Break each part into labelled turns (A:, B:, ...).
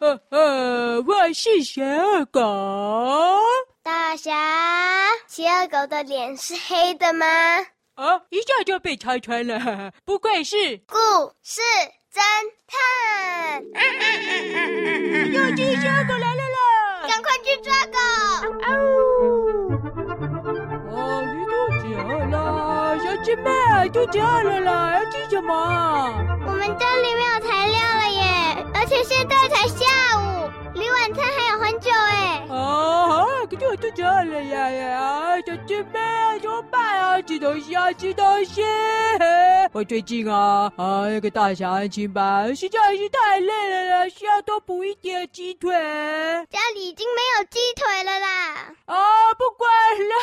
A: 呃呃，我是小狗。
B: 大侠，企鹅狗的脸是黑的吗？
A: 啊，一下就被拆穿了，不愧是
B: 故事侦探，
A: 又只小狗来了啦！
B: 赶快去抓狗！
A: 哦，你肚子饿了，小鸡妹肚子饿了啦，要吃什么？
B: 我们家里没有材料了耶，而且现在才下午，离晚餐还有很久哎。
A: 啊，可是我肚子饿了呀呀！小鸡妹怎么办啊？吃东西啊，吃东西！我最近啊啊那个大侠安亲班实在是太累了啦，需要多补一点鸡腿。
B: 家里已经没有鸡腿了啦。
A: 啊，不管了，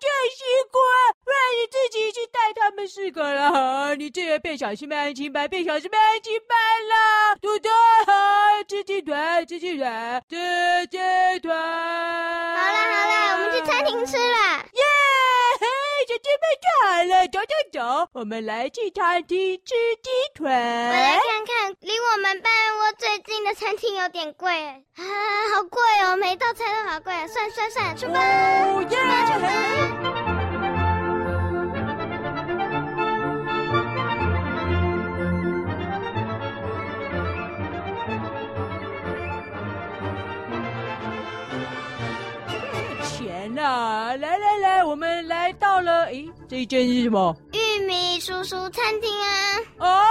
A: 真辛苦啊！不然你自己去带他们四个了。你这也变小心被安亲班，变小心被安亲班了。土豆，吃鸡腿，吃鸡腿，吃鸡腿。好
B: 好
A: 啦
B: 啦好啦，我们去餐厅吃啦。
A: 耶！嘿小鸡妹做好了，走走走，我们来去餐厅吃鸡腿。
B: 我来看看，离我们办窝最近的餐厅有点贵哎，啊，好贵哦，每一道菜都好贵啊。算了算了算了，出发啦！
A: 哦耶！钱呐、来来来，我们来到了，诶，这一间是什么？
B: 玉米叔叔餐厅啊，
A: 啊，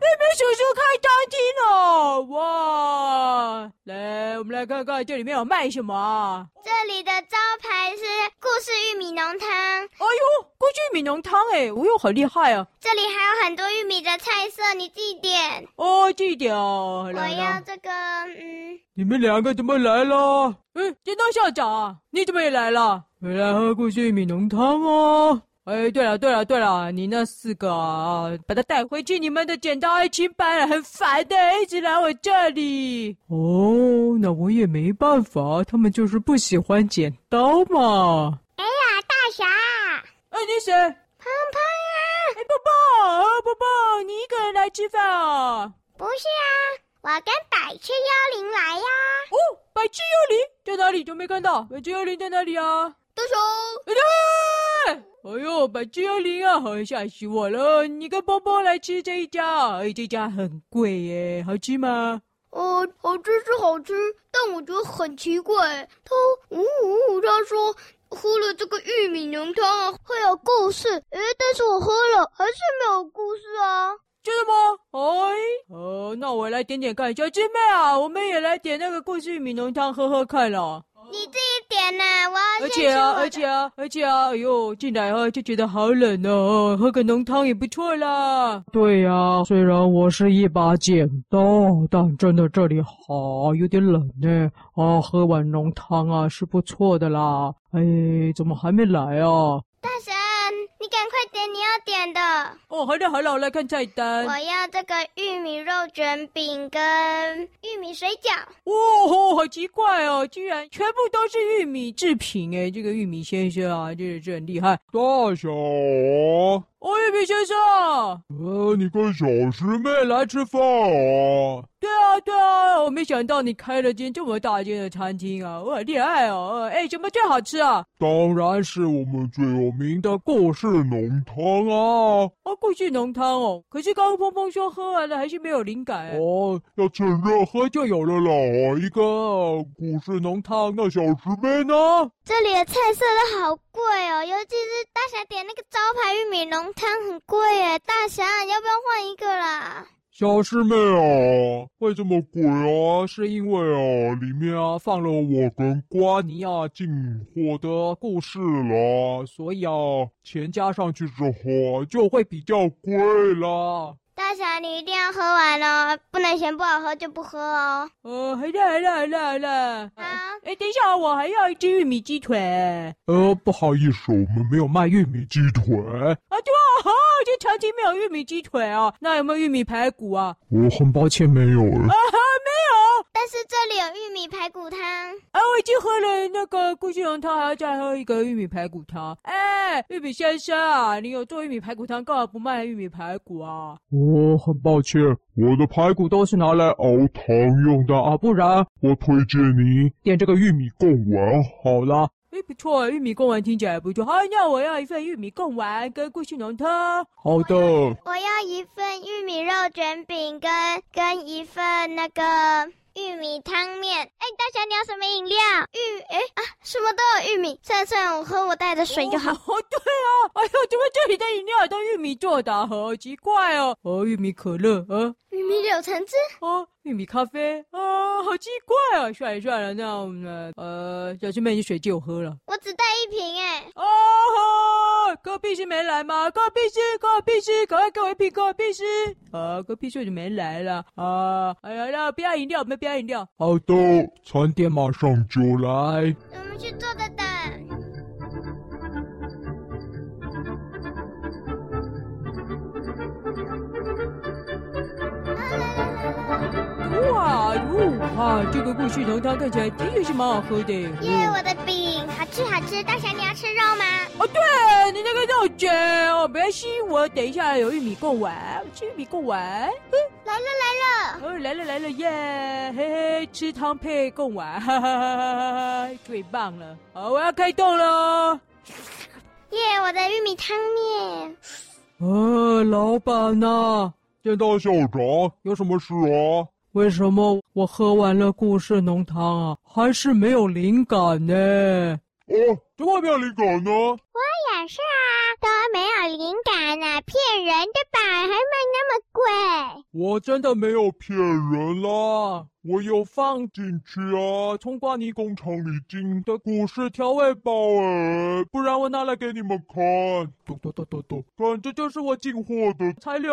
A: 那边叔叔开餐厅哦，哇！来，我们来看看这里面有卖什么啊？
B: 这里的招牌是故事玉米浓汤，
A: 哎呦，过去米浓汤哎，哎呦，好厉害啊！
B: 这里还有很多玉米的菜色，你自己点。
A: 哦，这点哦，
B: 我
A: 来
B: 要
A: 了。
B: 这个，嗯，
A: 你们两个怎么来了？嗯，尖刀校长啊，你怎么也来了？我来喝过去米浓汤哦。哎，对了对了对了，你那四个啊，把他带回去你们的剪刀爱情班了，很烦的，一直来我这里。哦，那我也没办法，他们就是不喜欢剪刀嘛。
B: 大侠，
A: 哎，你谁？哎，
B: 胖胖啊，
A: 波波，哦波波，你一个人来吃饭啊？
B: 不是啊，我跟百雀幽灵来呀、
A: 哦，百只幽灵在哪里？都没看到，百只幽灵在哪里啊？
B: 多叔，
A: 哎哎呦，百只幽灵啊，吓死我了！你跟波波来吃这一家，哎，这家很贵耶，好吃吗？
B: 哦，好吃是好吃，但我觉得很奇怪，他呜呜，他说喝了这个玉米浓汤啊会有故事，诶，但是我喝了还是没有故事啊。
A: 真的吗？哎，哦，那我来点点看。小师妹啊，我们也来点那个故事米浓汤喝喝看啦。
B: 你自己点呐、我要
A: 而
B: 先
A: 且啊，
B: 吃我的
A: 而且啊，而且啊，哎呦，进来啊就觉得好冷哦，喝个浓汤也不错啦。对呀、虽然我是一把剪刀，但真的这里好有点冷呢。啊，喝碗浓汤啊是不错的啦。哎，怎么还没来啊？
B: 大神，你赶快点你要点的，
A: 哦，好了好了，我来看菜单。
B: 我要这个玉米肉卷饼跟玉米水饺。
A: 哦吼，好奇怪哦，居然全部都是玉米制品哎！这个玉米先生啊，真的是很厉害。
C: 大小，
A: 哦，玉米先生啊，
C: 呃，你跟小师妹来吃饭啊？
A: 对啊，对啊，我没想到你开了间这么大间的餐厅啊，我很厉害哦。哎，什么最好吃啊？
C: 当然是我们最有名的故事浓汤啊！
A: 哦，过去浓汤哦。可是刚刚碰碰说喝完了还是没有灵感哎。
C: 哦，要趁热喝就有了啦。一个故事浓汤，啊那小师妹呢？
B: 这里的菜色都好贵哦，尤其是大侠点那个招牌玉米浓汤很贵耶。大侠，你要不要换一个啦？
C: 小师妹啊，为什么贵啊？是因为啊，里面啊放了我跟瓜尼亚进货的故事啦，所以啊，钱加上去之后啊就会比较贵啦。
B: 大侠，你一定要喝完哦，不能嫌不好喝就不喝哦。
A: 哦，好啦好啦好啦好啦。
B: 好，
A: 哎，等一下，我还要一只玉米鸡腿。啊，
C: 呃，不好意思，我们没有卖玉米鸡腿，
A: 对啊，哦，这餐厅没有玉米鸡腿啊，那有没有玉米排骨啊？
C: 我很抱歉没有。
A: 啊哈，没有。
B: 但但是这里有玉米排骨汤。
A: 啊，我已经喝了那个顾旭红汤，还要再喝一个玉米排骨汤。哎，玉米先生啊，你有做玉米排骨汤，干嘛不卖玉米排骨啊？
C: 我很抱歉，我的排骨都是拿来熬汤用的啊，不然我推荐你点这个玉米贡丸好啦。
A: 哎，不错，玉米贡丸听起来不错。好，那我要一份玉米贡丸跟顾旭浓汤。
C: 好的，
B: 我要一份玉米肉卷饼跟跟一份那个玉米汤面。哎，大侠，你要什么饮料？玉哎啊，什么都有玉米。算了算了，我喝我带的水就好。
A: 哦， 对啊，哎呦，怎么这里的饮料也都玉米做的啊？好奇怪哦。哦，玉米可乐，呃，
B: 玉米柳橙汁，
A: 哦，玉米咖啡，啊，好奇怪啊。算了算了，那我们呃，小师妹，你水借我喝了。
B: 我只带一瓶哎。
A: 哦吼！隔壁是没来吗？隔壁是，隔壁是，赶快给我一瓶隔壁是。啊，隔壁是就没来了啊！哎呀，那不要饮料，我们不要饮料。
C: 好的，餐点马上就来。
B: 我们去坐着等。啊
A: 哇哟！啊，这个故事浓汤看起来的确是蛮好喝的。
B: 耶、我的饼好吃好吃。大侠，你要吃肉吗？
A: 哦，对你那个肉卷哦，别吸我，等一下有玉米贡丸，吃玉米贡丸。
B: 来了来了，
A: 哦，来了来了耶！嘿嘿，吃汤配贡丸， 哈哈哈哈哈哈，最棒了！好，我要开动喽。
B: 耶、我的玉米汤面。
A: 呃，老板呐、
C: 见到校长有什么事啊？
A: 为什么我喝完了故事浓汤啊，还是没有灵感呢？
C: 哦，怎么没有灵感呢？
B: 我也是啊，都没有灵感呢、骗人的吧？还卖那么贵。
C: 我真的没有骗人啦，我有放进去啊，葱瓜泥工厂里进的股市调味包哎，不然我拿来给你们看。咚咚咚咚咚，看这就是我进货的材料。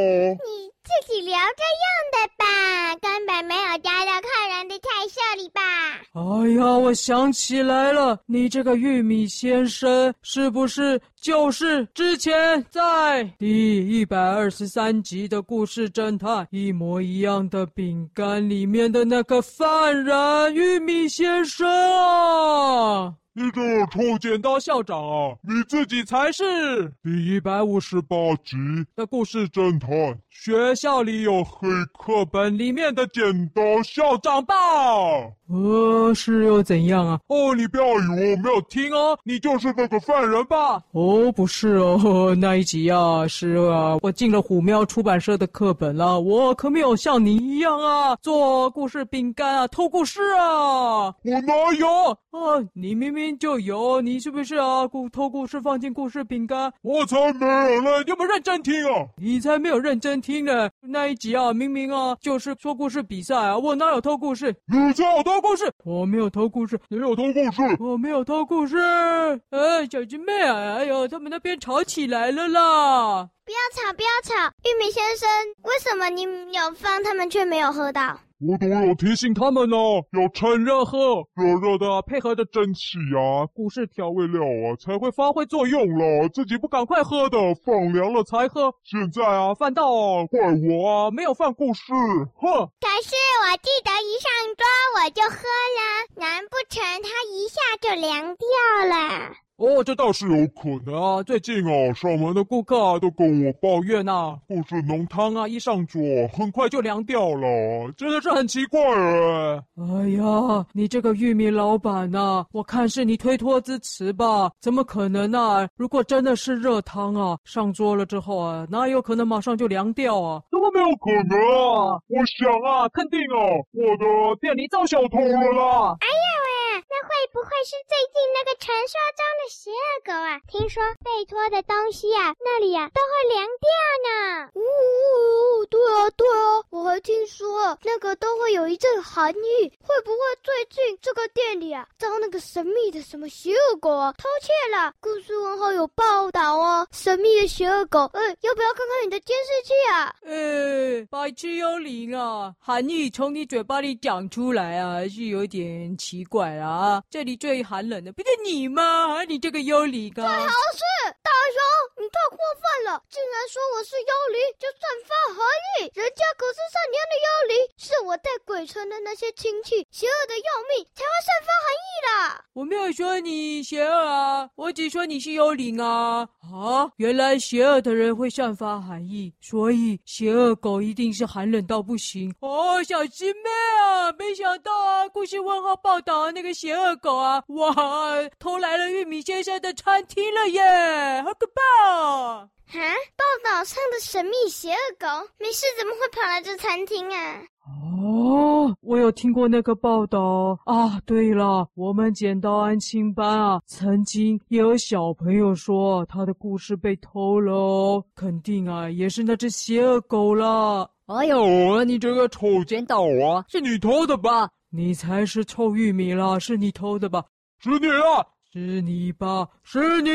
B: 你自己留着用的吧，根本没有加到客人的菜色里吧？
A: 哎呀，我想起来了，你这个玉米先生是不是就是之前在第一百二十三集的故事侦探一模一样的饼干里面的那个犯人玉米先生啊？
C: 你这个臭剪刀校长啊，你自己
A: 哎
C: 才是！第一百五十八集的故事侦探，学校里有黑课本里面的剪刀校长吧？
A: 呃，是又怎样啊？
C: 哦，你不要以为我没有听哦，你就是那个犯人吧？
A: 哦，不是哦， 那一集啊，是啊，我进了虎喵出版社的课本啦，我可没有像你一样啊，做故事饼干啊，偷故事啊，
C: 我哪有？
A: 啊，你明明就有，你是不是啊？故偷故事放进故事饼干，
C: 我才没有嘞！你有没有认真听啊？
A: 你才没有认真听呢。那一集啊，明明啊就是说故事比赛啊，我哪有偷故事？
C: 你才有偷故事，
A: 我没有偷故事，
C: 你有偷故事，
A: 我没有偷故事。呃，小师妹啊，哎呦，他们那边吵起来了啦。
B: 不要吵，不要吵！玉米先生，为什么你有放，他们却没有喝到？
C: 我都有提醒他们呢、哦要趁热喝，热热的啊配合着蒸汽啊，故事调味料啊才会发挥作用了。自己不赶快喝的，放凉了才喝。现在啊，犯到啊，怪我啊，没有犯故事，哼。
B: 可是我记得一上桌我就喝了，难不成它一下就凉掉了？
C: 哦，这倒是有可能啊！最近哦，上门的顾客啊都跟我抱怨呐、故事浓汤啊一上桌很快就凉掉了，真的是很奇怪哎。
A: 哎呀，你这个玉米老板呐、我看是你推脱支持吧？怎么可能啊？如果真的是热汤啊，上桌了之后啊，哪有可能马上就凉掉啊？
C: 怎么没有可能啊？我想啊，肯定哦，我的店里遭小偷了啦！
B: 啊，那会不会是最近那个传说中的邪恶狗啊？听说被偷的东西啊，那里啊都会凉掉呢。呜呜呜！对啊对啊，我还听说那个都会有一阵寒意，会不会最近这个店里啊遭那个神秘的什么邪恶狗啊偷窃了？故事文后有报道哦，神秘的邪恶狗，哎，要不要看看你的监视器啊？
A: 呃，白痴幽灵啊，含义从你嘴巴里讲出来啊，还是有点奇怪啦啊。这里最寒冷的不是你吗？还是你这个幽灵啊！
B: 不是，大雄，你太过分了！竟然说我是幽灵，就算发合意，人家可是善良的幽灵，是我带鬼鬼村的那些亲戚邪恶的要命，才会散发寒意啦。
A: 我没有说你邪恶啊，我只说你是幽灵啊！啊，原来邪恶的人会散发寒意，所以邪恶狗一定是寒冷到不行。哦，小师妹啊，没想到啊，故事问号报道啊那个邪恶狗啊，哇，偷来了玉米先生的餐厅了耶，好可怕、啊！
B: 啊！报道上的神秘邪恶狗，没事怎么会跑来这餐厅啊？
A: 哦，我有听过那个报道啊。对了，我们剪刀安亲班啊，曾经也有小朋友说他的故事被偷了哦，肯定啊，也是那只邪恶狗啦。
D: 哎呦，你这个臭剪刀啊，是你偷的吧？
A: 你才是臭玉米啦，是你偷的吧？
C: 是你啊！
A: 是你吧？是你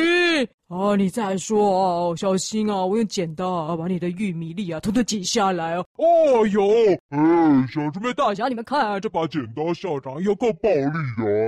A: 啊！你再说啊，小心啊！我用剪刀啊，把你的玉米粒啊，统统剪下来哦。
C: 哦哟，哎，小师妹大
A: 大侠，你们看啊，这
C: 这把剪刀校长有够暴力啊！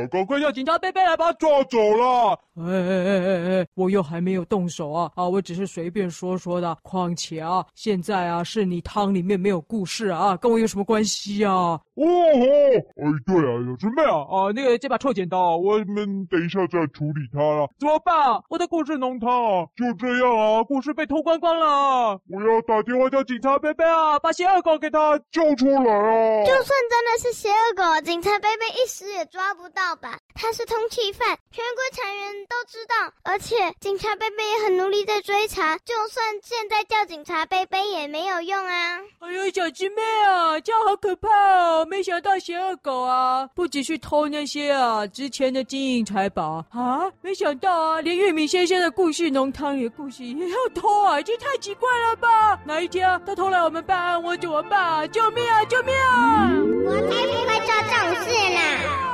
C: 赶快要
A: 警察贝贝来吧！
C: 把他抓走了。
A: 哎哎哎哎哎！我又还没有动手啊啊！我只是随便说说的。况且啊，现在啊是你汤里面没有故事啊，跟我有什么关系啊？
C: 哦吼！哎，对啊，小师妹啊，
A: 啊，那个这把臭剪刀啊，我
C: 我们等一下再处理他了。
A: 怎么办啊？我的故事浓汤啊，
C: 就这样啊，
A: 故事被偷光光了啊！
C: 我要打电话叫警察贝贝啊，
A: 啊，把邪恶狗给他
C: 叫出来啊！
B: 就算真的是邪恶狗，警察贝贝一时也抓不到吧？他是通缉犯，全国残人都知道，而且警察贝贝也很努力在追查。就算现在叫警察贝贝也没有用啊！
A: 哎呦，小师妹啊，这样好可怕哦！没想到邪恶狗啊，不只去偷那些啊值钱的金银财宝啊，没想到啊，连玉米先生的故事、浓汤里的故事也要偷啊，这太奇怪了吧！哪一天啊他偷来我们办案，我怎么办啊？救命啊！救命啊！
B: 我才不会做这种事呢！
A: 啊